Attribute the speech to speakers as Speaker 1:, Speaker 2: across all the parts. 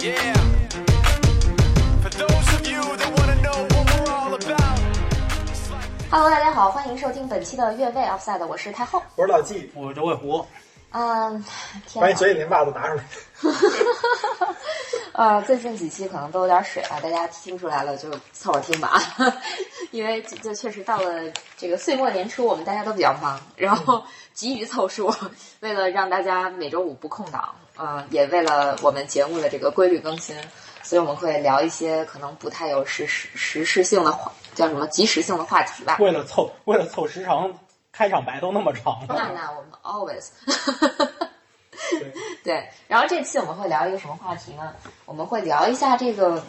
Speaker 1: Yeah. For those of you that want to know what we're all about.
Speaker 2: Hello，大家好，欢迎收听本期的越位 Offside，我是太后。
Speaker 3: 我是老纪，
Speaker 4: 我是周卫胡，
Speaker 2: 嗯，天
Speaker 3: 把你
Speaker 2: 哪，
Speaker 3: 嘴里那袜子拿出来。
Speaker 2: 呃，最近几期可能都有点水啊，大家听出来了就凑合听吧 啊，因为这这确实到了这个岁末年初，我们大家都比较忙，然后急于凑数， 为了让大家每周五不空档，呃，也为了我们节目的这个规律更新，所以我们会聊一些可能不太有实时实时性的话，叫什么及时性的话题吧。
Speaker 4: 为了凑为了凑时长，开场白都那么长
Speaker 2: 那
Speaker 4: 了，
Speaker 2: 那我们 always
Speaker 3: 对
Speaker 2: 对，然后这期我们会聊一个什么话题呢？我们会聊一下这个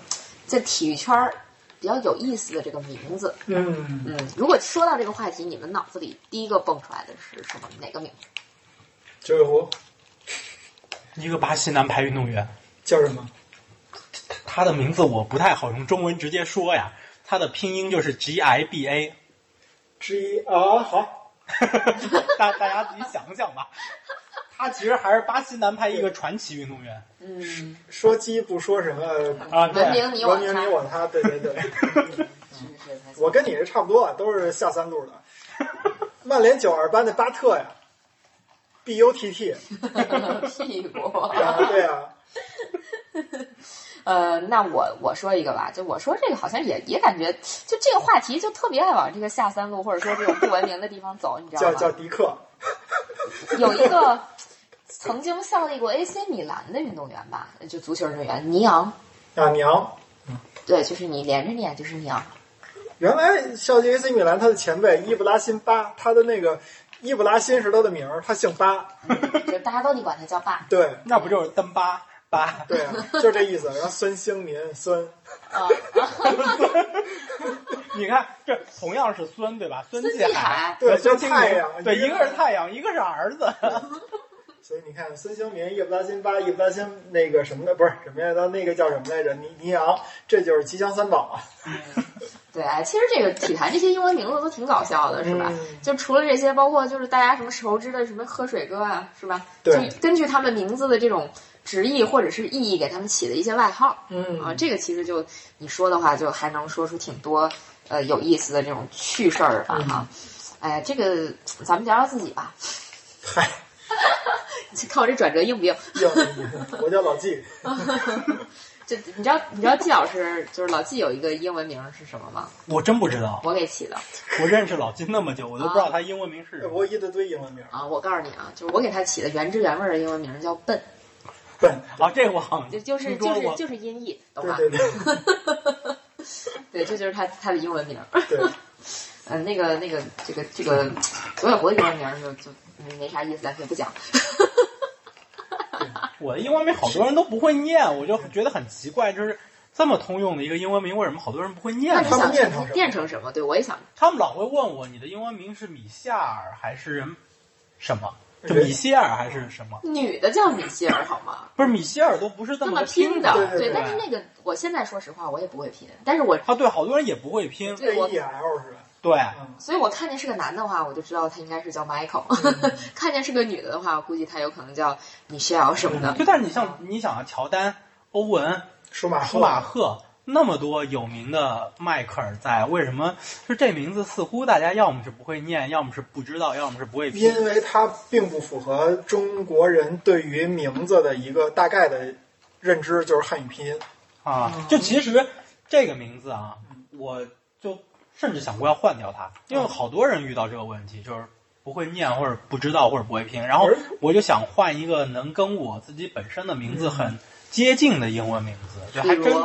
Speaker 2: 在体育圈儿比较有意思的这个名字。
Speaker 3: 嗯，
Speaker 2: 嗯，如果说到这个话题，你们脑子里第一个蹦出来的是什么？哪个名字？
Speaker 3: 九尾狐
Speaker 4: 一个巴西男排运动员，
Speaker 3: 叫什么？
Speaker 4: 他的名字我不太好用中文直接说呀，他的拼音就是 G I B A，
Speaker 3: 之一啊，好，
Speaker 4: 大大家自己想想吧。他其实还是巴西男排一个传奇运动员
Speaker 2: 嗯，
Speaker 3: 说鸡不说什么，
Speaker 4: 啊，
Speaker 2: 文
Speaker 4: 对，
Speaker 2: 明你我
Speaker 3: 文明
Speaker 2: 他
Speaker 3: 你。我他，对对对，
Speaker 2: 是是是，
Speaker 3: 我跟你是差不多，啊都是下三路的。曼联九二班的巴特呀，B U T T，
Speaker 2: 屁股。
Speaker 3: 对 啊，
Speaker 2: 呃，那我我说一个吧，就我说这个好像也也感觉，就这个话题就特别爱往这个下三路或者说这种不文明的地方走，你知道
Speaker 3: 叫
Speaker 2: 吗？
Speaker 3: 叫迪克，
Speaker 2: 有一个曾经效力过 AC 米兰的运动员吧，就足球运动员尼昂，
Speaker 3: 啊娘。
Speaker 2: 对，就是你连着念就是尼昂，
Speaker 3: 原来效力 AC 米兰，他的前辈伊布拉辛巴，他的那个伊布拉辛是他的名儿，他姓巴，
Speaker 2: 就是大家都得管他叫爸。
Speaker 3: 对
Speaker 4: 那不就是登巴巴？
Speaker 3: 对啊，就这意思。然后孙兴民，孙
Speaker 2: 啊，
Speaker 4: 你看，这同样是孙对吧？孙
Speaker 2: 孙
Speaker 4: 继
Speaker 2: 继海
Speaker 3: 对
Speaker 4: 和孙
Speaker 3: 就
Speaker 4: 兴
Speaker 3: 是太阳
Speaker 4: 民，对，一个是太阳，一个是儿子。
Speaker 3: 所以你看，孙兴民、叶布拉辛巴、叶布拉辛那个什么的，不是什么呀？他那个叫什么来着？尼尼昂，这就是吉祥三宝啊！
Speaker 2: 对，哎，其实这个体坛这些英文名字都挺搞笑的，是吧？
Speaker 3: 嗯
Speaker 2: 就除了这些，包括就是大家什么熟知的什么喝水哥啊，是吧？
Speaker 3: 对
Speaker 2: 就根据他们名字的这种直译或者是意义，给他们起的一些外号。
Speaker 3: 嗯
Speaker 2: 啊，这个其实就你说的话，就还能说出挺多呃有意思的这种趣事儿吧哈。哎呀，这个咱们聊聊自己吧，
Speaker 3: 嗨，
Speaker 2: 看我这转折硬不硬？
Speaker 3: 硬我叫老纪，
Speaker 2: 就你知道你知道季老师就是老季有一个英文名是什么吗？
Speaker 4: 我真不知道，
Speaker 2: 我给起的
Speaker 4: 我认识老金那么久，我都不知道他英文名是什么。
Speaker 3: 我一大堆英文名，
Speaker 2: 啊！我告诉你啊，就是我给他起的原汁原味儿的英文名叫笨，
Speaker 3: 笨，
Speaker 4: 啊，这个我好像
Speaker 2: 就就是
Speaker 4: 听说
Speaker 2: 就是
Speaker 4: 过
Speaker 2: 就是音译，懂
Speaker 3: 对
Speaker 2: 吗？
Speaker 3: 对对
Speaker 2: 对，这就是他他的英文名。
Speaker 3: 对，
Speaker 2: 呃，那个那个这个这个左小国的英文名儿就就嗯没啥意思，咱就不讲。
Speaker 4: 我的英文名好多人都不会念，我就觉得很奇怪，就是这么通用的一个英文名，为什么好多人不会念
Speaker 2: 那
Speaker 4: 呢
Speaker 2: 你
Speaker 3: 他？
Speaker 2: 想
Speaker 3: 们念成什么
Speaker 2: 念成什么？对我也想
Speaker 4: 他们老会问我，你的英文名是米夏尔还是人什么？是
Speaker 3: 人
Speaker 4: 米歇尔还是什么？
Speaker 2: 女的叫米歇尔好吗？
Speaker 4: 不是米歇尔都不是
Speaker 2: 这
Speaker 4: 么
Speaker 2: 拼的，
Speaker 3: 对
Speaker 4: 的。
Speaker 3: 对对
Speaker 2: 但是那个我现在说实话，我也不会拼，但是我
Speaker 4: 啊，对，好多人也不会拼。
Speaker 2: 对
Speaker 3: A
Speaker 2: 我
Speaker 3: E L 是吧？
Speaker 4: 对，
Speaker 3: 嗯，
Speaker 2: 所以我看见是个男的话，我就知道他应该是叫 Michael；看 见是个女的的话，我估计他有可能叫 Michelle 什么的。
Speaker 4: 就但是你像你想啊，乔丹、欧文、
Speaker 3: 舒马
Speaker 4: 舒马赫那么多有名的迈克尔在，为什么就这名字似乎大家要么是不会念，要么是不知道，要么是不会拼？
Speaker 3: 因为它并不符合中国人对于名字的一个大概的认知，就是汉语拼音。
Speaker 2: 嗯
Speaker 4: 啊，就其实这个名字啊，我就甚至想过要换掉它，因为好多人遇到这个问题，就是不会念或者不知道或者不会拼，然后
Speaker 3: 而
Speaker 4: 我就想换一个能跟我自己本身的名字很接近的英文名字，就
Speaker 2: 嗯比
Speaker 4: 还
Speaker 2: 如
Speaker 4: 真。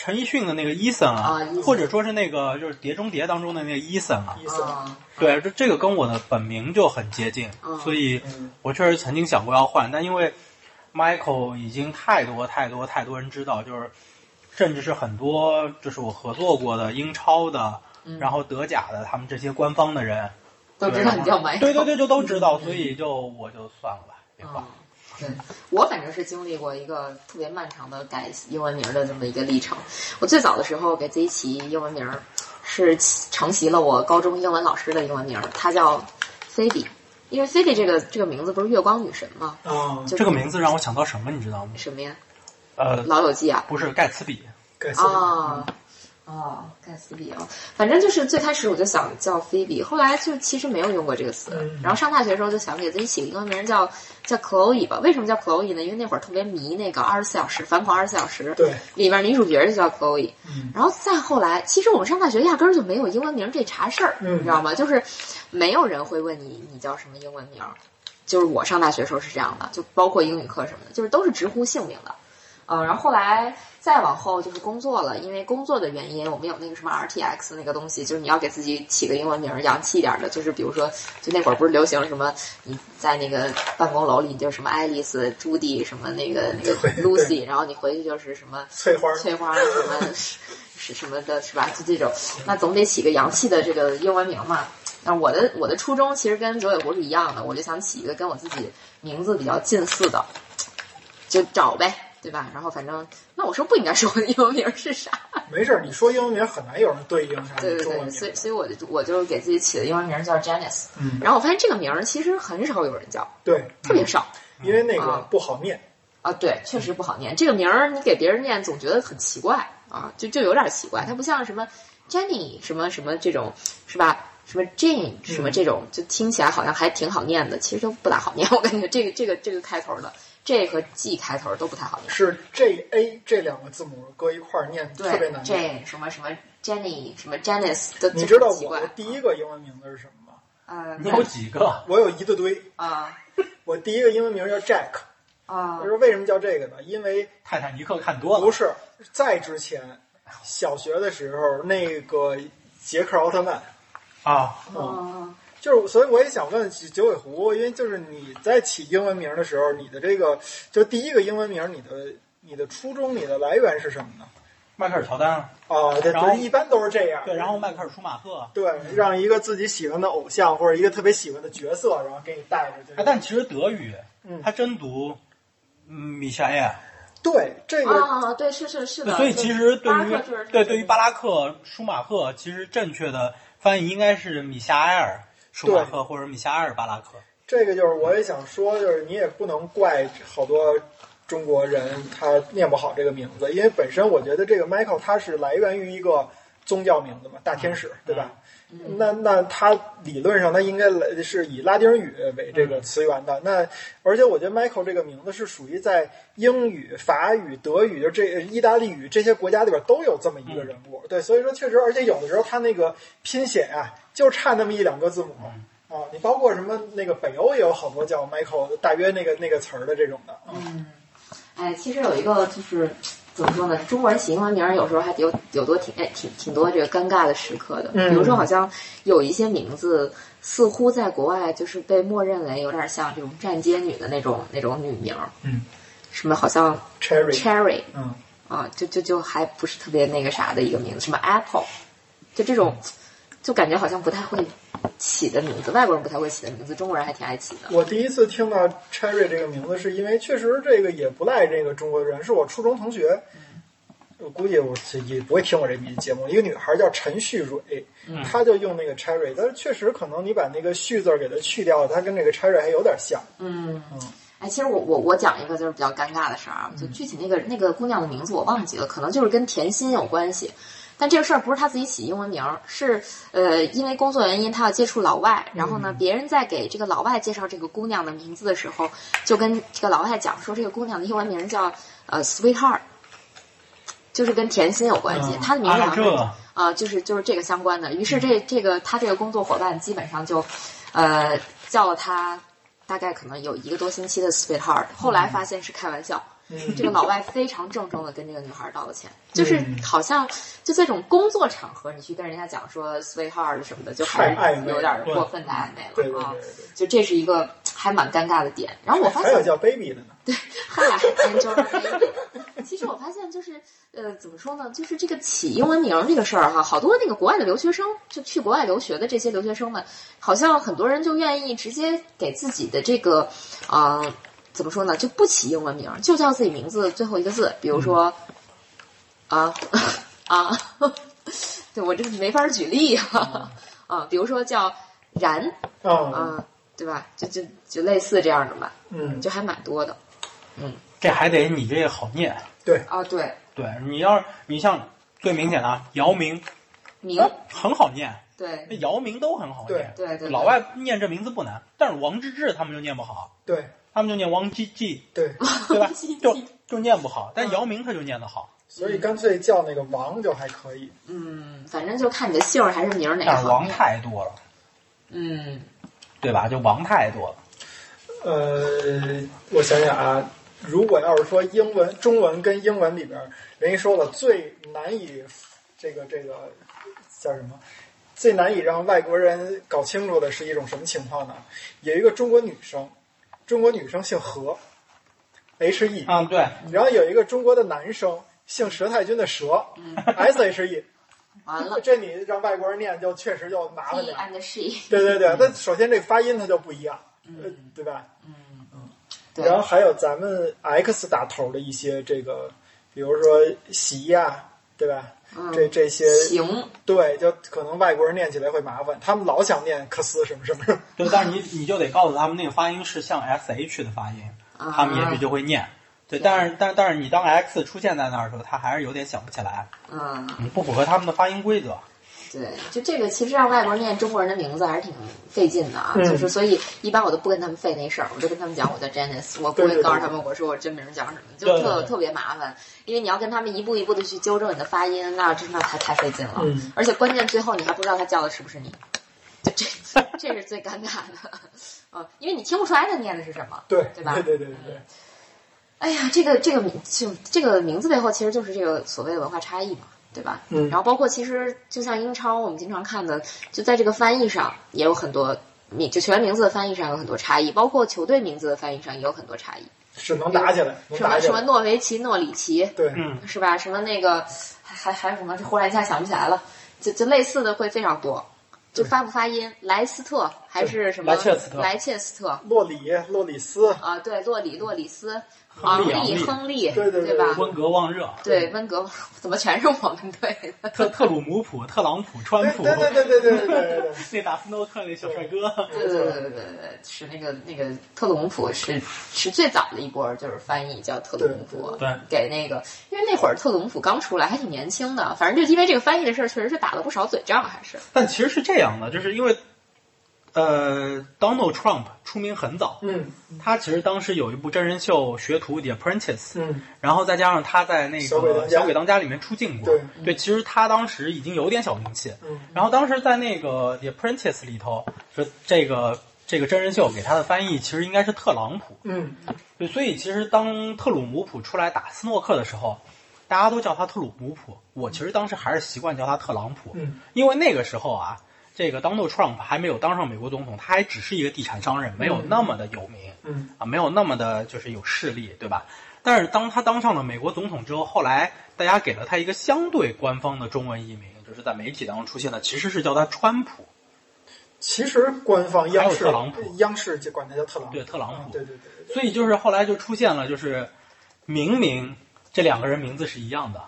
Speaker 4: 陈奕迅的那个伊森
Speaker 2: 啊
Speaker 4: 啊
Speaker 2: ，Ethan，
Speaker 4: 或者说是那个就是《碟中谍》当中的那个伊森啊，
Speaker 3: 意思，
Speaker 2: 啊
Speaker 4: 对，这这个跟我的本名就很接近
Speaker 2: 嗯，
Speaker 4: 所以
Speaker 3: 嗯，
Speaker 4: 我确实曾经想过要换，但因为 Michael 已经太多太多太多人知道，就是甚至是很多就是我合作过的英超的，
Speaker 2: 嗯
Speaker 4: 然后德甲的，他们这些官方的人
Speaker 2: 都知道你叫 Michael。
Speaker 4: 对对对，就都知道，所以就我就算了吧，别换
Speaker 2: 哎嗯。对，我反正是经历过一个特别漫长的改英文名儿的这么一个历程。我最早的时候给自己起英文名儿，是起承袭了我高中英文老师的英文名儿，她叫菲比，因为菲比这个这个名字不是月光女神吗？
Speaker 3: 啊，
Speaker 2: 就
Speaker 4: 这个名字让我想到什么，你知道吗？
Speaker 2: 什么呀？
Speaker 4: 呃，
Speaker 2: 老友记啊？
Speaker 4: 不是盖茨比，
Speaker 3: 感谢。
Speaker 2: 啊，哦，盖茨比哦，反正就是最开始我就想叫菲比，后来就其实没有用过这个词。
Speaker 3: 嗯
Speaker 2: 然后上大学的时候就想给自己起一个名儿叫叫 Chloe 吧。为什么叫 Chloe 呢？因为那会儿特别迷那个《二十四小时疯狂二十四小时》，
Speaker 3: 对，
Speaker 2: 里面女主角就叫 Chloe。
Speaker 3: 嗯
Speaker 2: 然后再后来，其实我们上大学压根儿就没有英文名这茬事儿，
Speaker 3: 嗯
Speaker 2: 你知道吗？就是没有人会问你你叫什么英文名儿。就是我上大学时候是这样的，就包括英语课什么的，就是都是直呼姓名的。嗯，然后后来再往后就是工作了，因为工作的原因，我们有那个什么 RTX 那个东西，就是你要给自己起个英文名儿，洋气一点儿的，就是比如说，就那会儿不是流行什么，你在那个办公楼里，你就什么爱丽丝、朱迪什么那个那个
Speaker 3: 对
Speaker 2: Lucy，然后你回去就是什么
Speaker 3: 翠花 儿，
Speaker 2: 翠花儿什么是什么的，是吧？就这种，那总得起个洋气的这个英文名嘛。那我的我的初衷其实跟九尾狐是一样的，我就想起一个跟我自己名字比较近似的，就找呗，对吧？然后反正那我说不应该说我的英文名是啥，
Speaker 3: 没事儿，你说英文名很难有人对应上
Speaker 2: 对对
Speaker 3: 啊中文
Speaker 2: 对，
Speaker 3: 名。
Speaker 2: 所以所以我就我就给自己起的英文名叫 Janice，
Speaker 3: 嗯，
Speaker 2: 然后我发现这个名儿其实很少有人叫，
Speaker 3: 对，
Speaker 4: 嗯
Speaker 2: 特别少。
Speaker 3: 因为那个
Speaker 2: 啊
Speaker 3: 不好念。
Speaker 2: 啊，对，确实不好念。这个名儿你给别人念，总觉得很奇怪啊，就就有点奇怪。它不像什么 Jenny 什么什么这种，是吧？什么 Jane 什
Speaker 3: 嗯
Speaker 2: 么这种，就听起来好像还挺好念的，其实都不大好念。 我感觉这个这个这个开头的 J 和 G 开头都不太好念。
Speaker 3: 是 J A 这两个字母搁一块儿念，特别
Speaker 2: 对
Speaker 3: 难念。
Speaker 2: ，J 什么什么 Jenny 什么 Janice 都
Speaker 3: 你知道
Speaker 2: 都很奇
Speaker 3: 我
Speaker 2: 怪
Speaker 3: 的第一个英文名字是什么吗？
Speaker 2: 啊
Speaker 4: 你有几个？
Speaker 3: 我有一大堆。
Speaker 2: 啊
Speaker 3: 我第一个英文名叫 Jack。
Speaker 2: 啊
Speaker 3: 他说为什么叫这个呢？因为
Speaker 4: 泰坦尼克看多
Speaker 3: 不
Speaker 4: 了，
Speaker 3: 是在之前，小学的时候那个杰克奥特曼，嗯
Speaker 4: 啊，
Speaker 2: 啊！
Speaker 3: 就是所以我也想问九尾狐，因为就是你在起英文名的时候，你的这个就第一个英文名，你的你的初衷，你的来源是什么呢？
Speaker 4: 迈克尔乔丹啊，
Speaker 3: 啊，对，
Speaker 4: 然后
Speaker 3: 对，一般都是这样。
Speaker 4: 对，然后迈克尔舒马赫啊，
Speaker 3: 对，让一个自己喜欢的偶像或者一个特别喜欢的角色，然后给你带着。
Speaker 4: 哎
Speaker 3: 对
Speaker 4: 但其实德语
Speaker 3: 嗯
Speaker 4: 它真读米夏耶，
Speaker 3: 对，这个
Speaker 2: 啊，对，是是是的。
Speaker 4: 所以其实对
Speaker 2: 巴
Speaker 4: 于
Speaker 2: 克就是
Speaker 4: 对对于巴拉克舒马赫，其实正确的翻译应该是米夏埃尔舒马赫或者米夏埃尔巴拉克。
Speaker 3: 这个就是我也想说，就是你也不能怪好多中国人他念不好这个名字，因为本身我觉得这个 Michael 他是来源于一个宗教名字嘛，大天
Speaker 4: 嗯
Speaker 3: 使，对吧？那那他理论上他应该来是以拉丁语为这个词源的。那而且我觉得 Michael 这个名字是属于在英语、法语、德语，就这意大利语这些国家里边都有这么一个人物。对，所以说确实，而且有的时候他那个拼写啊，就差那么一两个字母。啊，你包括什么那个北欧也有好多叫 Michael，大约那个那个词儿的这种的，嗯
Speaker 2: 哎，其实有一个就是怎么说呢，中国人起英文名儿有时候还有有多挺哎挺挺多这个尴尬的时刻的。
Speaker 3: 嗯
Speaker 2: 比如说，好像有一些名字似乎在国外就是被默认为有点像这种站街女的那种那种女名。
Speaker 3: 嗯。
Speaker 2: 什么好像
Speaker 3: ，Cherry，
Speaker 2: Cherry
Speaker 3: 嗯，
Speaker 2: 啊，就就就还不是特别那个啥的一个名字，什么 Apple，就这种，
Speaker 3: 嗯
Speaker 2: 就感觉好像不太会起的名字，外国人不太会起的名字，中国人还挺爱起的。
Speaker 3: 我第一次听到 Cherry 这个名字，是因为确实这个也不赖这个中国人，是我初中同学。我估计我也不会听我这节目。一个女孩叫陈旭蕊，她就用那个 Cherry，但是确实可能你把那个旭字儿给它去掉了，它跟这个 Cherry 还有点像。
Speaker 2: 嗯
Speaker 3: 嗯，
Speaker 2: 哎，其实我我我讲一个就是比较尴尬的事儿啊，就具体那个那个姑娘的名字我忘记了，可能就是跟甜心有关系。但这个事儿不是她自己起英文名儿，是呃因为工作原因她要接触老外，然后呢别人在给这个老外介绍这个姑娘的名字的时候，就跟这个老外讲说这个姑娘的英文名叫呃 Sweetheart，就是跟甜心有关系，
Speaker 3: 嗯
Speaker 2: 她的名字
Speaker 4: 啊
Speaker 2: 好像
Speaker 4: 这
Speaker 2: 跟啊，就是就是这个相关的。于是这这个他这个工作伙伴基本上就，呃，叫了他大概可能有一个多星期的 sweetheart，后来发现是开玩笑。
Speaker 3: 嗯
Speaker 2: 这个老外非常郑重的跟这个女孩道了歉，就是
Speaker 3: 嗯
Speaker 2: 好像就这种工作场合，你去跟人家讲说 sweetheart 什么的，就还
Speaker 3: 太暧
Speaker 2: 是
Speaker 3: 昧
Speaker 2: 有
Speaker 3: 了
Speaker 2: 点
Speaker 4: 对
Speaker 2: 过分的暧昧了
Speaker 3: 对对对
Speaker 2: 啊
Speaker 3: 对。
Speaker 2: 就这是一个还蛮尴尬的点。然啊后我发
Speaker 3: 还
Speaker 2: 现
Speaker 3: 有叫 Baby 的呢。
Speaker 2: 后来研究了一遍。其实我发现就是，呃，怎么说呢？就是这个起英文名儿这个事儿哈，好多那个国外的留学生，就去国外留学的这些留学生们，好像很多人就愿意直接给自己的这个，呃，怎么说呢？就不起英文名儿，就叫自己名字最后一个字，比如说，啊啊，对我这个没法儿举例啊，啊，比如说叫然
Speaker 3: 啊，
Speaker 2: 嗯啊，对吧？就就就类似这样的吧。
Speaker 3: 嗯，
Speaker 2: 就还蛮多的。嗯，
Speaker 4: 这还得你这个好念。
Speaker 2: 啊，对，
Speaker 4: 对你要是你像最明显的啊，姚明
Speaker 2: 明，
Speaker 4: 很好念，
Speaker 2: 对
Speaker 4: 那姚明都很好念。
Speaker 2: 对对，对
Speaker 4: 老外念这名字不难，但是王治郅他们就念不好，
Speaker 3: 对
Speaker 4: 他们就念王吉吉，
Speaker 3: 对，
Speaker 4: 对吧
Speaker 2: 吉吉？
Speaker 4: 就就念不好，但
Speaker 2: 嗯
Speaker 4: 姚明他就念得好。
Speaker 3: 所以干脆叫那个王就还可以。
Speaker 2: 嗯，反正就看你的姓儿还是名儿哪个
Speaker 4: 但是
Speaker 2: 好
Speaker 4: 王，太多了，
Speaker 2: 嗯，
Speaker 4: 对吧？就王太多了。
Speaker 3: 呃，我想想啊，如果要是说英文、中文跟英文里边儿，人家说了最难以这个这个叫什么？最难以让外国人搞清楚的是一种什么情况呢？有一个中国女生，中国女生姓何，H E，
Speaker 4: 嗯，对，
Speaker 3: 然后有一个中国的男生姓佘太君的佘，S H E，
Speaker 2: 完了
Speaker 3: 这你让外国人念就确实就麻烦
Speaker 2: ，he
Speaker 3: 点儿。
Speaker 2: and she，
Speaker 3: 对对
Speaker 4: 嗯
Speaker 3: 对，那首先这发音它就不一样，呃
Speaker 2: 嗯，
Speaker 3: 对吧？
Speaker 2: 对，
Speaker 3: 然后还有咱们 X 打头的一些这个，比如说席呀、对吧？
Speaker 2: 嗯
Speaker 3: 这这些
Speaker 2: 行，
Speaker 3: 对，就可能外国人念起来会麻烦，他们老想念克斯什么什么什么。
Speaker 4: 对，但是你你就得告诉他们那个发音是像 S H 的发音，
Speaker 2: 啊
Speaker 4: 他们也许就会念。对，但是但但是你当 X 出现在那儿的时候，他还是有点想不起来，
Speaker 2: 嗯，
Speaker 4: 你不符合他们的发音规则。
Speaker 2: 对，就这个其实让外国人念中国人的名字还是挺费劲的啊，
Speaker 3: 嗯
Speaker 2: 就是所以一般我都不跟他们费那事儿，我就跟他们讲我叫 Janice，我不
Speaker 3: 对
Speaker 2: 会
Speaker 3: 对对
Speaker 2: 告诉他们我说我真名叫什么，就
Speaker 4: 对对
Speaker 2: 特
Speaker 4: 对
Speaker 2: 特别麻烦，因为你要跟他们一步一步的去纠正你的发音，那真的太太费劲了，
Speaker 3: 嗯
Speaker 2: 而且关键最后你还不知道他叫的是不是你，就这 这是最尴尬的， 嗯，因为你听不出来他念的是什么，
Speaker 3: 对
Speaker 2: 对吧嗯
Speaker 3: 对对对对，
Speaker 2: 哎呀，这个这个名就这个名字背后其实就是这个所谓的文化差异嘛，对吧？
Speaker 3: 嗯
Speaker 2: 然后包括其实就像英超，我们经常看的，就在这个翻译上也有很多名，就球员名字的翻译上有很多差异，包括球队名字的翻译上也有很多差异。
Speaker 3: 是能打起来，能
Speaker 2: 什么
Speaker 3: 打起
Speaker 2: 什么
Speaker 3: 来。
Speaker 2: 诺维奇、诺里奇，
Speaker 3: 对，
Speaker 4: 嗯，
Speaker 2: 是吧？什么那个还还还有什么？这忽然一下想不起来了，就就类似的会非常多。就
Speaker 3: 对
Speaker 2: 发不发音，莱斯特还是什么？
Speaker 4: 莱切斯特
Speaker 2: 莱切斯特
Speaker 3: 洛里、洛里斯，
Speaker 2: 啊，对，洛里、洛里斯、
Speaker 4: 亨利
Speaker 2: 利、
Speaker 4: 昂
Speaker 2: 亨利，
Speaker 3: 对对对
Speaker 2: 吧？
Speaker 4: 温格旺热，
Speaker 2: 对，温格怎么全是我们队的？
Speaker 4: 特特鲁姆普、特朗普、川
Speaker 3: 对
Speaker 4: 普，
Speaker 3: 对对对对对对对对，
Speaker 4: 那打斯诺特那小帅哥，
Speaker 2: 对对对对对对，是那个那个特鲁姆普是是最早的一波，就是翻译叫特鲁姆普，
Speaker 4: 对对
Speaker 2: 给那个，因为那会儿特鲁姆普刚出来，还挺年轻的，反正就因为这个翻译的事儿，确实是打了不少嘴仗，还是
Speaker 4: 但其实是这样的，就是因为，呃，Donald Trump 出名很早，
Speaker 3: 嗯
Speaker 4: 他其实当时有一部真人秀《学徒》The Apprentice，
Speaker 3: 嗯，
Speaker 4: 然后再加上他在那个
Speaker 3: 小鬼当
Speaker 4: 《
Speaker 3: 家
Speaker 4: 小鬼当家》里面出镜过，
Speaker 3: 对
Speaker 4: 其实他当时已经有点小名气，
Speaker 3: 嗯，
Speaker 4: 然后当时在那个《The Apprentice》里头，说这个这个真人秀给他的翻译其实应该是特朗普，
Speaker 3: 嗯，
Speaker 4: 对，所以其实当特鲁姆普出来打斯诺克的时候，大家都叫他特鲁姆普，我其实当时还是习惯叫他特朗普，
Speaker 3: 嗯，
Speaker 4: 因为那个时候啊。这个 Donald Trump 还没有当上美国总统，他还只是一个地产商人，没有那么的有名。
Speaker 3: 嗯
Speaker 4: 啊，没有那么的就是有势力，对吧？但是当他当上了美国总统之后，后来大家给了他一个相对官方的中文译名，就是在媒体当中出现的，其实是叫他川普，
Speaker 3: 其实官方央视
Speaker 4: 还有特朗普
Speaker 3: 央视就管他叫特朗普，
Speaker 4: 对，特朗
Speaker 3: 啊
Speaker 4: 普。
Speaker 3: 对对对对，
Speaker 4: 所以就是后来就出现了，就是明明这两个人名字是一样的，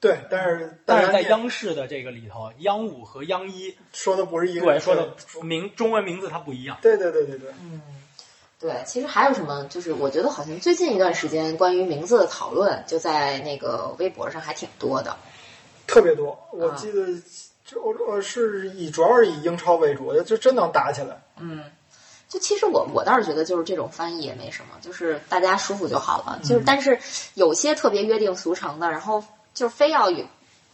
Speaker 3: 对，但是大
Speaker 4: 嗯但
Speaker 3: 家
Speaker 4: 是在
Speaker 3: 念
Speaker 4: 央视的这个里头，央五和央一
Speaker 3: 说的不是一个
Speaker 4: 对
Speaker 3: 人
Speaker 4: 说的嗯名中文名字它不一样。
Speaker 3: 对对对对对，
Speaker 2: 对。其实还有什么？就是我觉得好像最近一段时间关于名字的讨论，就在那个微博上还挺多的。
Speaker 3: 特别多。我
Speaker 2: 啊
Speaker 3: 记得这我我是以主要是以英超为主，就真能打起来。
Speaker 2: 嗯，就其实我我倒是觉得就是这种翻译也没什么，就是大家舒服就好了。就是但是有些特别约定俗成的，然后就非要有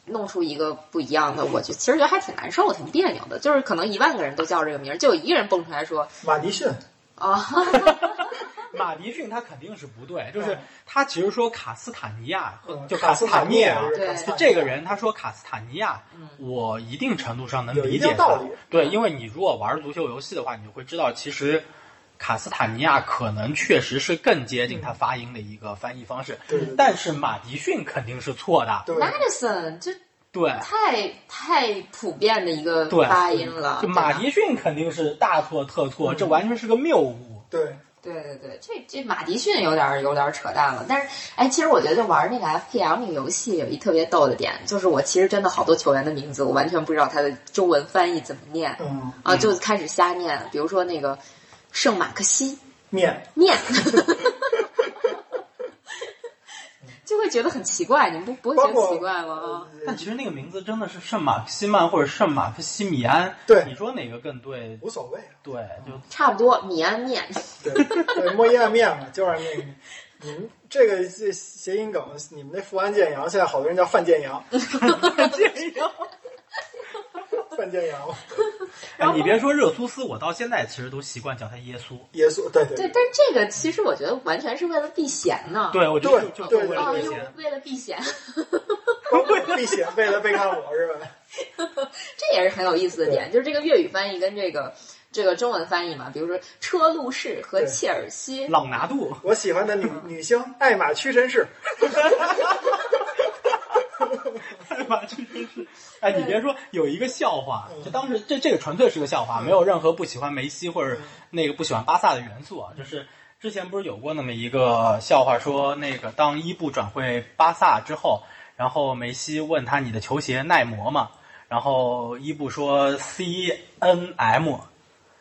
Speaker 2: 弄出一个不一样的，我就其实觉得还挺难受，挺别扭的。就是可能一万个人都叫这个名儿，就有一个人蹦出来说
Speaker 3: 马迪逊，
Speaker 2: 啊，
Speaker 4: 马迪逊他肯定是不对，就是
Speaker 3: 嗯
Speaker 4: 他其实说卡斯塔尼亚和
Speaker 3: 嗯
Speaker 4: 就
Speaker 3: 卡
Speaker 4: 斯
Speaker 3: 斯
Speaker 4: 塔
Speaker 3: 塔
Speaker 4: 涅啊
Speaker 3: 涅，
Speaker 2: 对
Speaker 3: 是
Speaker 4: 就
Speaker 3: 吧
Speaker 4: 这个，人，他说卡斯塔尼亚，
Speaker 2: 嗯
Speaker 4: 我一定程度上能
Speaker 3: 有一
Speaker 4: 理
Speaker 3: 定
Speaker 4: 解
Speaker 3: 道
Speaker 4: 他
Speaker 3: 理
Speaker 4: 对，因为你如果玩足球游戏的话，你就会知道，其实卡斯塔尼亚可能确实是更接近他发音的一个翻译方式，
Speaker 3: 嗯对对对
Speaker 4: 但是马迪逊肯定是错的。
Speaker 3: 对啊
Speaker 2: Madison，这
Speaker 4: 对，
Speaker 2: 太太普遍的一个
Speaker 4: 对
Speaker 2: 发音了。
Speaker 4: 就
Speaker 2: 对
Speaker 3: 啊
Speaker 4: 马
Speaker 2: 吧
Speaker 4: 迪逊肯定是大错特错，
Speaker 3: 嗯
Speaker 4: 这完全是个谬误。
Speaker 3: 对，
Speaker 2: 对对对，这这马迪逊有点儿有点儿扯淡了。但是，哎，其实我觉得玩那个 FPL 那个游戏有一特别逗的点，就是我其实真的好多球员的名字我完全不知道他的中文翻译怎么念
Speaker 3: 嗯，
Speaker 2: 啊，就开始瞎念。比如 说那个圣马克西
Speaker 3: 面
Speaker 2: 念，觉得很奇怪，你们不不会觉
Speaker 3: 包括
Speaker 2: 得奇怪吗？啊，
Speaker 3: 呃
Speaker 4: 但其实那个名字真的是圣马克西曼或者圣马克西米安，
Speaker 3: 对
Speaker 4: 你说哪个更对？
Speaker 3: 无所谓，啊
Speaker 4: 对，就
Speaker 2: 差不多米安面，
Speaker 3: 对，对，摸一按面嘛，就是那个。你们这个这谐音梗，你们那富安建阳，现在好多人叫范建阳，范建阳，
Speaker 4: 哎你别说热苏斯，我到现在其实都习惯叫他耶稣。
Speaker 3: 耶稣，对 对
Speaker 2: 对，但是这个其实我觉得完全是为了避嫌呢。
Speaker 4: 对，我觉得
Speaker 3: 对
Speaker 4: 就就
Speaker 3: 对
Speaker 4: 为了
Speaker 2: 哦，
Speaker 4: 避
Speaker 2: 又
Speaker 4: 嫌。
Speaker 2: 为了避嫌，
Speaker 3: 对，避嫌为了背叛我是吧？
Speaker 2: 这也是很有意思的点，就是这个粤语翻译跟这个这个中文翻译嘛，比如说车路士和
Speaker 3: 对
Speaker 2: 切尔西，
Speaker 4: 朗拿度，
Speaker 3: 我喜欢的女女星艾玛屈臣氏，
Speaker 4: 对吧？这真是，哎，你别说，有一个笑话，
Speaker 3: 嗯
Speaker 4: 就当时这这个纯粹是个笑话，没有任何不喜欢梅西或者
Speaker 3: 嗯
Speaker 4: 那个不喜欢巴萨的元素啊。就是之前不是有过那么一个笑话，说那个当伊布转会巴萨之后，然后梅西问他你的球鞋耐磨吗？然后伊布说 C N M，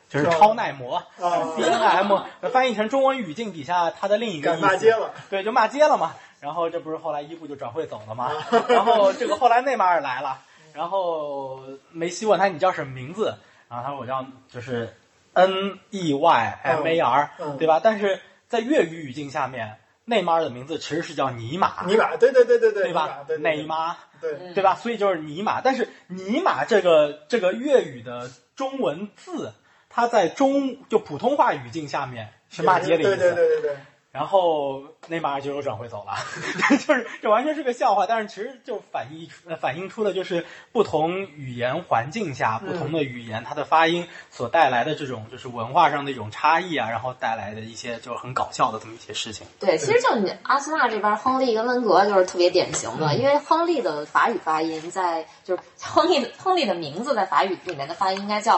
Speaker 4: 就是超耐磨。
Speaker 3: 啊
Speaker 4: C N M 翻译成中文语境底下，它的另一个
Speaker 3: 敢
Speaker 4: 意思
Speaker 3: 骂街了，
Speaker 4: 对，就骂街了嘛。然后这不是后来伊布就转会走了嘛，然后这个后来内马尔来了，然后梅西问他你叫什么名字，然后他说我叫就是 N E Y M A R，、
Speaker 3: 嗯嗯
Speaker 4: 对吧？但是在粤语语境下面，内马尔的名字其实是叫尼玛，
Speaker 3: 尼玛，对对对对对，
Speaker 4: 对吧？
Speaker 3: 尼玛对
Speaker 4: 内，马，
Speaker 3: 对对
Speaker 2: 嗯
Speaker 4: 对吧？所以就是尼玛，但是尼玛这个这个粤语的中文字，它在中就普通话语境下面是骂街的意思，
Speaker 3: 对对对对对，
Speaker 4: 然后内马尔就又转会走了， 就是这完全是个笑话，但是其实就反映出呃反映出的就是不同语言环境下不同的语言它的发音所带来的这种就是文化上的一种差异啊，然后带来的一些就是很搞笑的这么一些事情。
Speaker 2: 对，其实就你阿森纳这边，亨利跟温格就是特别典型
Speaker 3: 嗯
Speaker 2: 的，因为亨利的法语发音在就是亨利的亨利的名字在法语里面的发音应该叫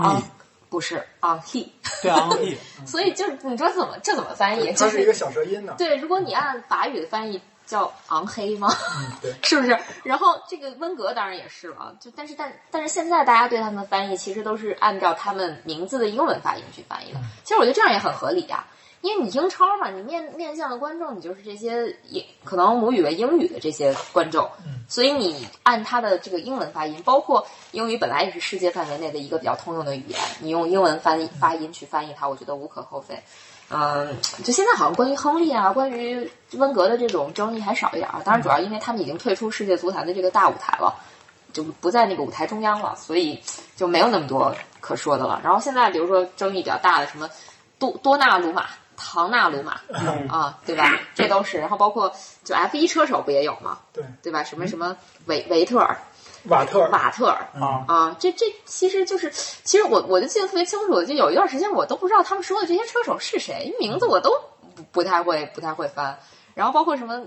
Speaker 2: 昂
Speaker 3: 啊
Speaker 4: y，
Speaker 2: 不是昂 he，
Speaker 4: 对 on y，
Speaker 3: 嗯
Speaker 2: 所以就是你说怎么这怎么翻译？
Speaker 3: 它
Speaker 2: 就是
Speaker 3: 一个小舌音呢，
Speaker 2: 对，如果你按法语的翻译叫昂黑吗？
Speaker 3: 对，
Speaker 2: 是不是？然后这个温格当然也是了啊，就但是但但是现在大家对他们的翻译其实都是按照他们名字的英文发音去翻译的。其实我觉得这样也很合理呀、因为你英超嘛，你面面向的观众你就是这些也可能母语为英语的这些观众，所以你按他的这个英文发音，包括英语本来也是世界范围内的一个比较通用的语言，你用英文翻译发音去翻译它，我觉得无可厚非。嗯，就现在好像关于亨利啊，关于温格的这种争议还少一点啊。当然，主要因为他们已经退出世界足坛的这个大舞台了，就不在那个舞台中央了，所以就没有那么多可说的了。然后现在，比如说争议比较大的什么多多纳鲁马、唐纳鲁马、
Speaker 3: 嗯
Speaker 2: 啊，对吧？这都是。然后包括就 F 一车手不也有吗？
Speaker 3: 对，
Speaker 2: 对吧？什么什么维维特尔、
Speaker 3: 瓦嗯特尔，
Speaker 2: 瓦特尔，
Speaker 4: 啊，
Speaker 2: 啊，这这其实就是，其实我我就记得特别清楚，就有一段时间我都不知道他们说的这些车手是谁，名字我都不不太会不太会翻，然后包括什么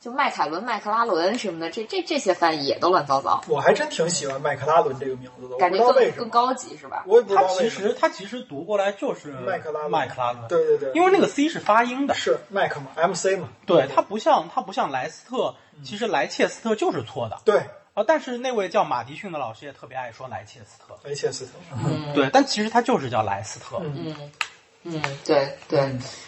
Speaker 2: 就迈凯伦、麦克拉伦什么的，这这这些翻译也都乱糟糟，
Speaker 3: 我还真挺喜欢麦克拉伦这个名字的，我
Speaker 2: 感
Speaker 3: 不
Speaker 2: 觉
Speaker 3: 知道为
Speaker 2: 更
Speaker 3: 什
Speaker 2: 更
Speaker 3: 么，
Speaker 2: 高级是吧？
Speaker 3: 我也不知
Speaker 4: 它
Speaker 3: 道
Speaker 4: 其
Speaker 3: 为什么，
Speaker 4: 实它其实读过来就是
Speaker 3: 麦克拉伦
Speaker 4: 麦克拉伦，
Speaker 3: 对对对，
Speaker 4: 因为那个 C 是发音的，
Speaker 3: 是麦克嘛，MC 嘛，
Speaker 4: 对，它不像它不像莱斯特，
Speaker 3: 嗯
Speaker 4: 其实莱切斯特就是错的。
Speaker 3: 对，
Speaker 4: 啊，但是那位叫马迪逊的老师也特别爱说莱切斯特，
Speaker 3: 雷切斯特，
Speaker 2: 嗯，
Speaker 4: 对，但其实他就是叫莱斯特。
Speaker 3: 嗯
Speaker 2: 嗯嗯，对对，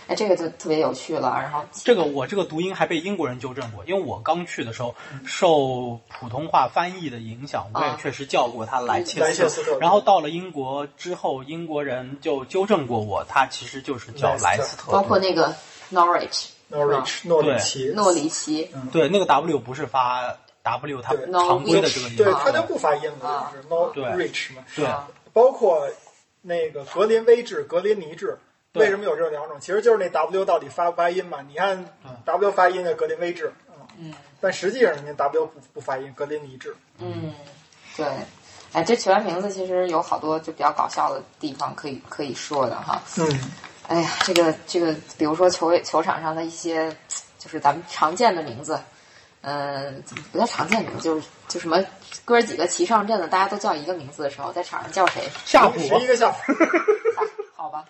Speaker 2: 哎，这个就特别有趣了，然后
Speaker 4: 这个我这个读音还被英国人纠正过，因为我刚去的时候
Speaker 3: 嗯
Speaker 4: 受普通话翻译的影响，我也
Speaker 2: 啊
Speaker 4: 确实叫过他莱切
Speaker 3: 莱
Speaker 4: 斯
Speaker 3: 切
Speaker 4: 特。
Speaker 3: 斯特，
Speaker 4: 然后到了英国之后，英国人就纠正过我，他其实就是叫莱
Speaker 3: 莱斯
Speaker 4: 斯特。
Speaker 2: 包括那个 Norwich
Speaker 3: Norwich 诺里奇，
Speaker 2: 诺里奇，
Speaker 3: 嗯
Speaker 4: 对那个 W 不是发 W，它
Speaker 3: 对
Speaker 4: 常规的这个音。
Speaker 3: 对，
Speaker 2: 啊
Speaker 3: 他就不发音了，就是 Norwich 嘛，
Speaker 4: 对
Speaker 2: 啊
Speaker 3: 包括那个格林威治、格林尼治，
Speaker 4: 对
Speaker 3: 为什么有这两种？其实就是那 W 到底发不发音嘛？你按 W 发音的格林威治，嗯，但实际上人家 W 不不发音，格林尼治。
Speaker 2: 嗯，对，哎，这球员名字其实有好多就比较搞笑的地方可以可以说的哈。
Speaker 3: 嗯，
Speaker 2: 哎呀，这个这个，比如说球球场上的一些，就是咱们常见的名字，嗯、不叫常见名，就是就什么哥几个齐上阵的，大家都叫一个名字的时候，在场上叫谁？
Speaker 4: 夏
Speaker 3: 十一
Speaker 4: 普，
Speaker 3: 个下 普，
Speaker 2: 啊好吧，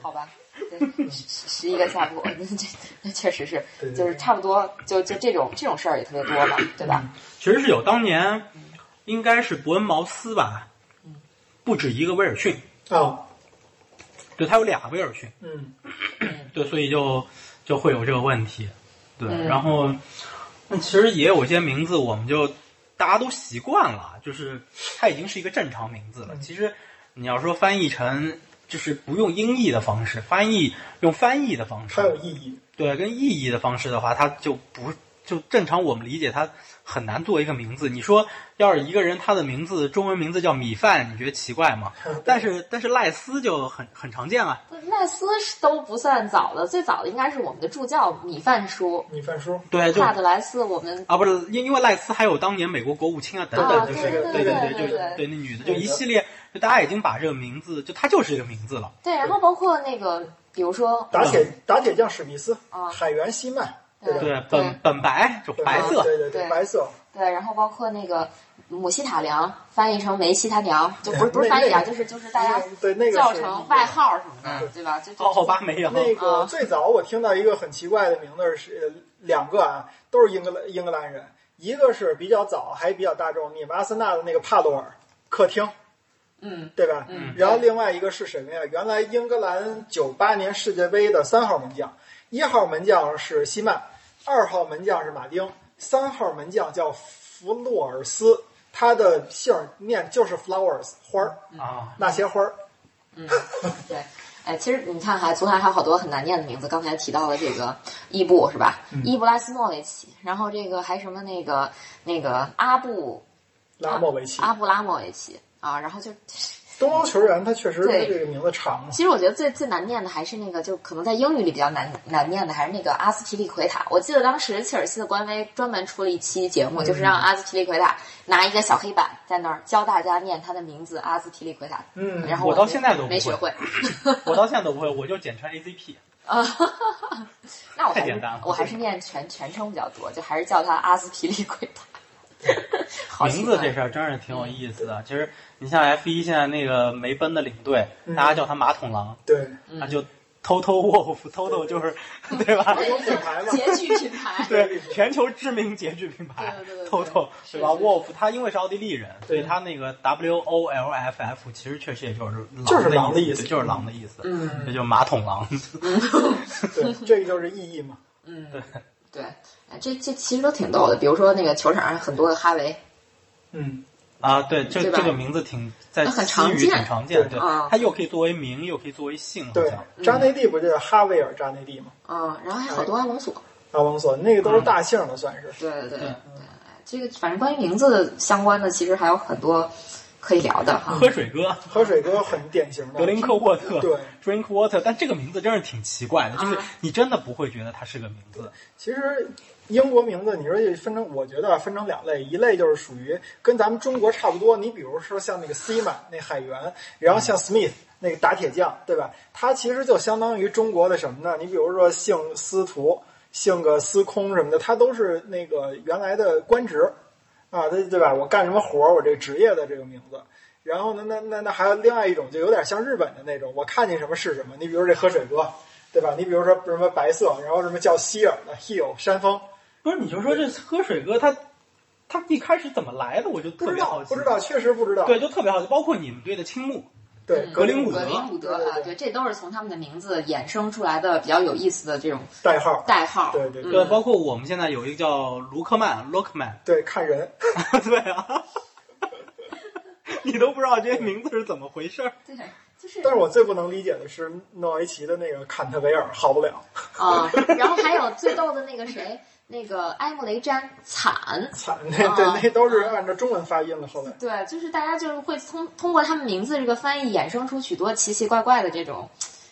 Speaker 2: 好吧，对十十一个下铺，那 这那确实是
Speaker 3: 对，对嗯
Speaker 2: 就是差不多，就就这种这种事儿也特别多嘛，对吧？
Speaker 4: 其实是有当年应该是伯恩茅斯吧，
Speaker 3: 嗯
Speaker 4: 不止一个威尔逊，
Speaker 3: 啊，
Speaker 4: 对，他有俩威尔逊。
Speaker 3: 嗯，
Speaker 4: 对，所以就就会有这个问题。对，
Speaker 2: 嗯
Speaker 4: 然后但其实也有一些名字，我们就大家都习惯了，就是它已经是一个正常名字了。其实你要说翻译成，就是不用音译的方式，翻译用翻译的方
Speaker 3: 它有
Speaker 4: 式，
Speaker 3: 意义。
Speaker 4: 对，跟意译的方式的话，它就不就正常我们理解它很难做一个名字。你说要是一个人他的名字中文名字叫米饭，你觉得奇怪吗？但是但是赖斯就很很常见啊。
Speaker 3: 嗯
Speaker 2: 赖斯是都不算早的，最早的应该是我们的助教米饭叔
Speaker 3: 米饭叔，
Speaker 4: 对，就
Speaker 2: 帕特莱斯，我们
Speaker 4: 啊，不是，因因为赖斯还有当年美国国务卿啊等
Speaker 2: 啊
Speaker 4: 等，就是
Speaker 3: 对对
Speaker 4: 对
Speaker 2: 对
Speaker 3: 对
Speaker 4: 对，就
Speaker 2: 对
Speaker 4: 对那女的，就一系列，就大家已经把这个名字，就她就是一个名字了。
Speaker 2: 对，然后包括那个，比如说
Speaker 3: 打铁打铁匠史密斯，
Speaker 2: 啊
Speaker 3: 海员希曼，
Speaker 2: 对
Speaker 3: 吧？
Speaker 4: 对，本本白就
Speaker 3: 对
Speaker 4: 白色，
Speaker 3: 对对对，
Speaker 2: 对
Speaker 3: 白色。
Speaker 2: 对，然后包括那个姆希塔良，翻译成梅西他娘，就不是
Speaker 3: 对
Speaker 2: 不是翻译啊，
Speaker 3: 哎那个
Speaker 2: 就是就是大家
Speaker 3: 对那个
Speaker 2: 叫
Speaker 3: 是哦
Speaker 2: 成外号什么的，
Speaker 4: 嗯
Speaker 2: 对吧？就就
Speaker 4: 奥奥巴梅扬。
Speaker 3: 那
Speaker 2: 啊
Speaker 3: 个最早我听到一个很奇怪的名字是呃两个啊，都是英格兰英格兰人，一个是比较早还比较大众，你们阿森纳的那个帕洛尔客厅，
Speaker 2: 嗯
Speaker 3: 对吧？
Speaker 2: 嗯
Speaker 3: 然后另外一个是什么呀？原来英格兰九八年世界杯的三号门将，一号门将是希曼，二号门将是马丁，三号门将叫弗洛尔斯，他的姓儿念就是 flowers 花儿，
Speaker 4: 啊，
Speaker 3: 那些花儿。
Speaker 2: 对。哎，其实你看哈，足坛还有好多很难念的名字。刚才提到了这个伊布是吧？
Speaker 3: 嗯
Speaker 2: 伊布拉斯莫维奇，然后这个还什么那个那个阿布
Speaker 3: 拉莫维奇，
Speaker 2: 阿布拉莫维奇啊，然后就
Speaker 3: 东欧球员他确实他
Speaker 2: 对
Speaker 3: 这个名字长，
Speaker 2: 其实我觉得最最难念的还是那个，就可能在英语里比较难难念的还是那个阿斯皮利奎塔。我记得当时切尔西的官微专门出了一期节目，就是让
Speaker 4: 嗯
Speaker 2: 阿斯皮利奎塔拿一个小黑板在那儿教大家念他的名字阿斯皮利奎塔。
Speaker 3: 嗯
Speaker 2: 然后
Speaker 4: 我到
Speaker 2: 没
Speaker 4: 现在都不
Speaker 2: 没学 会。
Speaker 4: 我到现在都不会，我就简称 ACP。
Speaker 2: 啊，哈哈哈那我还
Speaker 4: 太
Speaker 2: 是
Speaker 4: 简单了
Speaker 2: 我还是念全全称比较多，就还是叫他阿斯皮利奎塔。 好奇
Speaker 4: 名字
Speaker 2: 怪
Speaker 4: 这事儿真是挺有意思的。其实你像 F 1现在那个梅奔的领队，
Speaker 3: 嗯
Speaker 4: 大家叫他马桶狼，
Speaker 3: 对，
Speaker 4: 他就偷偷沃夫，偷偷就是对吧？
Speaker 3: 有品牌嘛，
Speaker 2: 截取品牌，
Speaker 4: 对，全球知名洁具品牌
Speaker 2: 对对对对
Speaker 4: ，TOTO，
Speaker 2: 是
Speaker 4: 对吧
Speaker 2: 是
Speaker 4: ？Wolf，他因为是奥地利人，所以
Speaker 3: 对
Speaker 4: 他那个 W O L F F 其实确实也就是
Speaker 3: 就是
Speaker 4: 狼
Speaker 3: 狼
Speaker 4: 的
Speaker 3: 的
Speaker 4: 意
Speaker 3: 意
Speaker 4: 思，
Speaker 3: 思
Speaker 4: 对就是狼的意思，
Speaker 2: 嗯
Speaker 4: 这就是马桶狼。
Speaker 3: 对，这个就是意义嘛。
Speaker 2: 嗯
Speaker 4: 对，
Speaker 2: 对，哎这这其实都挺逗的。比如说那个球场上很多的哈维，
Speaker 3: 嗯，
Speaker 4: 啊，对，这
Speaker 2: 对吧啊
Speaker 4: 这个名字挺在
Speaker 2: 那很
Speaker 4: 西
Speaker 2: 常
Speaker 4: 语
Speaker 2: 见
Speaker 4: 挺常见，
Speaker 3: 对
Speaker 4: 对
Speaker 2: 啊，
Speaker 4: 它又可以作为名，又可以作为姓，好
Speaker 3: 对
Speaker 4: 像，
Speaker 3: 扎内利不就是哈维尔扎内利吗？
Speaker 2: 嗯，然后还有好多阿隆索。
Speaker 3: 阿隆索那个都是大姓了，算是。
Speaker 2: 对对对
Speaker 4: 对
Speaker 2: 对，这个反正关于名字相关的，其实还有很多可以聊的哈。
Speaker 4: 喝水哥。
Speaker 3: 喝水哥很典型的，
Speaker 4: 德林克沃特，
Speaker 3: 嗯对
Speaker 4: ，drink water，但这个名字真是挺奇怪的，就是
Speaker 2: 啊
Speaker 4: 你真的不会觉得它是个名字，
Speaker 3: 其实英国名字，你说也分成，我觉得啊分成两类，一类就是属于跟咱们中国差不多，你比如说像那个 Seaman 那海员，然后像 Smith 那个打铁匠，对吧？它其实就相当于中国的什么呢？你比如说姓司徒、姓个司空什么的，它都是那个原来的官职啊，对对吧？我干什么活儿，我这个职业的这个名字。然后呢，那那那还有另外一种，就有点像日本的那种，我看见什么是什么。你比如说这喝水哥，对吧？你比如说什么白色，然后什么叫希尔的 hill 山峰，
Speaker 4: 不是？你就说这喝水哥他，他一开始怎么来的，我就
Speaker 3: 不
Speaker 4: 特
Speaker 3: 知
Speaker 4: 别
Speaker 3: 道
Speaker 4: 好，奇，
Speaker 3: 不知道，确实不知道。
Speaker 4: 对，就特别好奇，包括你们队的青木，
Speaker 3: 对，
Speaker 2: 嗯
Speaker 4: 格
Speaker 3: 格
Speaker 4: 林伍德
Speaker 2: 格林伍德
Speaker 3: 对对
Speaker 2: 啊，
Speaker 3: 对
Speaker 2: 对，这都是从他们的名字衍生出来的比较有意思的这种
Speaker 3: 代号，
Speaker 2: 代号。
Speaker 3: 对对
Speaker 4: 对，呃
Speaker 2: 嗯
Speaker 4: 包括我们现在有一个叫卢克曼 （Lookman），
Speaker 3: 对，看人。
Speaker 4: 对啊， 你都不知道这些名字是怎么回事儿。
Speaker 2: 对，就是
Speaker 3: 但是我最不能理解的是诺维奇的那个坎特维尔好不了，
Speaker 2: 啊，然后还有最逗的那个谁，那个埃姆雷詹惨。
Speaker 3: 惨，那 对那都是按照中文发音了。后来，
Speaker 2: 对，就是大家就是会通通过他们名字这个翻译衍生出许多奇奇怪怪的这种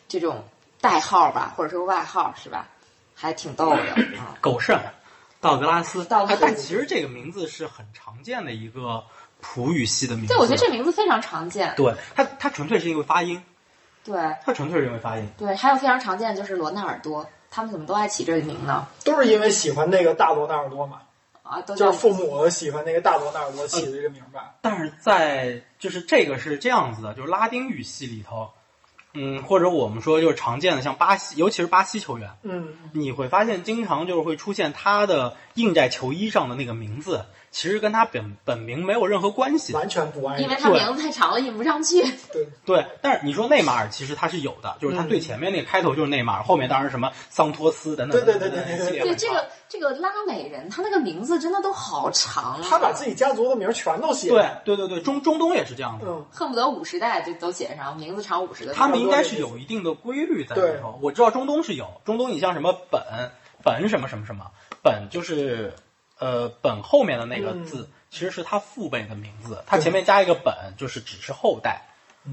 Speaker 2: 这种代号吧，或者说外号是吧？还挺逗的啊。
Speaker 4: 狗剩，道格拉斯。
Speaker 2: 道格拉
Speaker 4: 哎
Speaker 2: 斯
Speaker 4: 但其实这个名字是很常见的一个葡语系的名字。
Speaker 2: 对，我觉得这名字非常常见。
Speaker 4: 对它，它纯粹是因为发音，
Speaker 2: 对
Speaker 4: 它纯粹是因为发音。
Speaker 2: 对，还有非常常见的就是罗纳尔多，他们怎么都爱起这个名呢？
Speaker 3: 都是因为喜欢那个大罗纳尔多嘛，
Speaker 2: 啊，都
Speaker 3: 就
Speaker 2: 叫
Speaker 3: 是父母喜欢那个大罗纳尔多起的这个名吧。
Speaker 4: 但是在就是这个是这样子的，就是拉丁语系里头，嗯，或者我们说就是常见的，像巴西，尤其是巴西球员，
Speaker 3: 嗯，
Speaker 4: 你会发现经常就是会出现他的印在球衣上的那个名字，其实跟他本本名没有任何关系。
Speaker 3: 完全不安
Speaker 2: 因
Speaker 3: 逸
Speaker 2: 为。他名字太长了，印不上去。
Speaker 3: 对，
Speaker 4: 对，但是你说内马尔其实他是有的，就是他
Speaker 3: 嗯
Speaker 4: 最前面那个开头就是内马尔，后面当然什么桑托斯等等
Speaker 3: 对
Speaker 4: 等
Speaker 3: 对
Speaker 4: 等
Speaker 3: 对对
Speaker 4: 等等
Speaker 3: 对
Speaker 4: 一系列
Speaker 2: 对
Speaker 4: 会
Speaker 2: 这
Speaker 4: 发
Speaker 2: 个这个拉美人，他那个名字真的都好长啊，
Speaker 3: 他把自己家族的名儿全都写。，
Speaker 4: 对对对对，中中东也是这样的。
Speaker 3: 嗯，
Speaker 2: 恨不得五十代就都写上，名字长五
Speaker 3: 呃
Speaker 2: 十个字。
Speaker 4: 他们应该是有一定的规律在里头。我知道中东是有，中东你像什么本本什么什么什么本，就是呃本后面的那个字、
Speaker 3: 嗯
Speaker 4: 其实是他父辈的名字，他前面加一个本就是只是后代。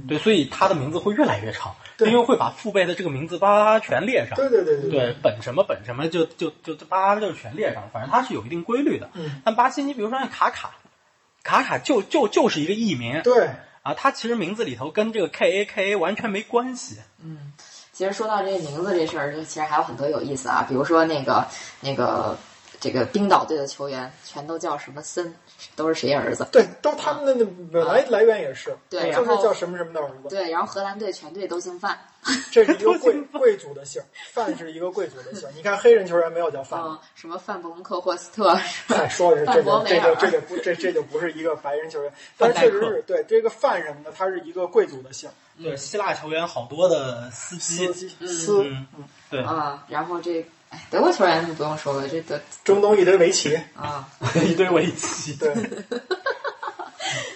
Speaker 4: 对，所以他的名字会越来越长，
Speaker 3: 嗯对
Speaker 4: 因为会把父辈的这个名字叭叭叭全列上。
Speaker 3: 对对对对
Speaker 4: 对，本什么本什么就就就就叭叭就全列上，反正它是有一定规律的。
Speaker 3: 嗯
Speaker 4: 但巴西，你比如说像卡卡，卡卡就就就是一个艺名
Speaker 3: 对，
Speaker 4: 啊，他其实名字里头跟这个 K A K A 完全没关系。
Speaker 2: 其实说到这名字这事儿，就其实还有很多有意思啊，比如说那个那个这个冰岛队的球员全都叫什么森，都是谁儿子？
Speaker 3: 对，都他们的本来来源也是，
Speaker 2: 对然
Speaker 3: 就
Speaker 2: 后
Speaker 3: 是叫什么什么的儿子，
Speaker 2: 对，然后荷兰队全队都姓范，
Speaker 3: 这是一 个贵贵族的姓儿，范是一个贵族的姓儿。 你看黑人球员没有叫范的，
Speaker 4: 啊
Speaker 2: 嗯，什么范伯恩克霍斯特，
Speaker 3: 哎， 说的是这
Speaker 2: 范博
Speaker 3: 个，
Speaker 2: 梅
Speaker 3: 这
Speaker 2: 尔
Speaker 3: 个，这个不，这这就不是一个白人球员，但是确实
Speaker 4: 啊 范戴
Speaker 3: 是对这个范什么的，他是一个贵族的姓，
Speaker 4: 对，希腊球员好多的司
Speaker 3: 司
Speaker 4: 机，
Speaker 3: 机司，
Speaker 4: 嗯， 对，
Speaker 2: 啊，然后这哎德国球员就不用说了，这德
Speaker 3: 中东一堆围棋，
Speaker 2: 啊，
Speaker 4: 一堆围棋。
Speaker 3: 对，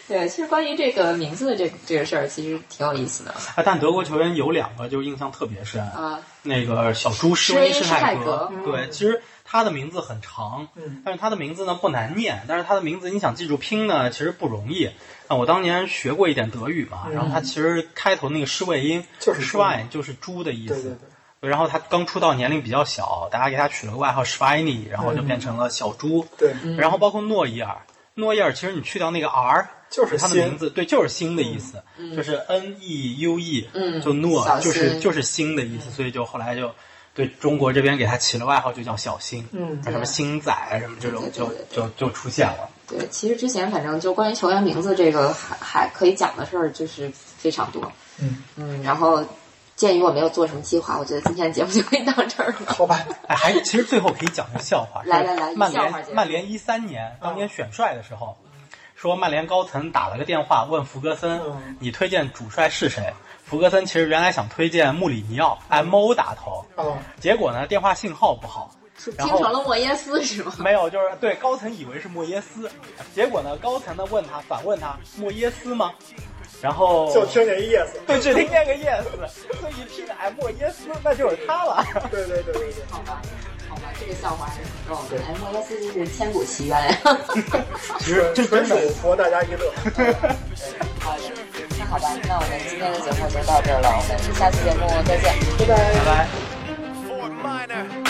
Speaker 2: 对，其实关于这个名字的这这个事儿，其实挺有意思的
Speaker 4: 啊，但德国球员有两个就印象特别深，
Speaker 2: 啊。
Speaker 4: 那个小猪施威
Speaker 2: 施威施
Speaker 4: 泰
Speaker 2: 泰格
Speaker 4: 对，其实他的名字很长，
Speaker 3: 嗯
Speaker 4: 但是他的名字呢不难念，但是他的名字你想记住拼呢，其实不容易。啊，我当年学过一点德语嘛，然后他其实开头那个施卫音
Speaker 3: 就是猪
Speaker 4: Schwein 就是猪的意
Speaker 3: 对对
Speaker 4: 思
Speaker 3: 对，，
Speaker 4: 然后他刚出道年龄比较小，大家给他取了个外号 Schweiny，然后
Speaker 2: 嗯
Speaker 4: 就变成了小猪。
Speaker 3: 对
Speaker 4: 然后包括诺伊尔，诺伊尔其实你去掉那个 R，
Speaker 3: 就是
Speaker 4: 他的
Speaker 3: 新
Speaker 4: 名字，对，就是新的意思，就是 N E U E，
Speaker 2: 嗯
Speaker 4: 就诺
Speaker 2: 小，
Speaker 4: 就
Speaker 2: 新
Speaker 4: 是就是新的意思，所以就后来就对中国这边给他起了外号，就叫小新，
Speaker 3: 嗯
Speaker 4: 什么新仔什么这种
Speaker 2: 对对
Speaker 4: 就
Speaker 2: 对
Speaker 4: 就就出现了。
Speaker 2: 对，其实之前反正就关于球员名字这个还还可以讲的事儿就是非常多。
Speaker 3: 嗯
Speaker 2: 嗯，然后鉴于我没有做什么计划，我觉得今天的节目就可以到这儿了。
Speaker 3: 好吧，
Speaker 4: 哎，还其实最后可以讲个笑话。
Speaker 2: 来来来
Speaker 4: 曼
Speaker 2: 笑话嗯结
Speaker 4: 联
Speaker 2: 束
Speaker 4: 曼联一三年当年选帅的时候，说曼联高层打了个电话问福格森
Speaker 3: 嗯，
Speaker 4: 你推荐主帅是谁？福格森其实原来想推荐穆里尼奥，按 MO 打头，
Speaker 3: 啊，
Speaker 4: 结果呢电话信号不好，
Speaker 2: 是听
Speaker 4: 然后
Speaker 2: 成了莫耶斯是吗？
Speaker 4: 没有，就是对高层以为是莫耶斯，结果呢高层呢问他反问他莫耶斯吗？然后
Speaker 3: 就听见 yes，
Speaker 4: 对只听见个 yes，所以一听哎莫耶斯那就是他了。
Speaker 3: 对对对对对。
Speaker 2: 好吧，好吧，这个笑话还是很逗的。哎，莫耶斯就是千古奇 冤呀。
Speaker 4: 其实这
Speaker 3: 纯
Speaker 4: 真
Speaker 3: 属
Speaker 4: 的。
Speaker 3: 博大家一乐。
Speaker 2: 好的，那好吧，那我们今天的节目就到这儿了，我们下期节目再见。
Speaker 3: 拜拜。
Speaker 1: Fort Minor.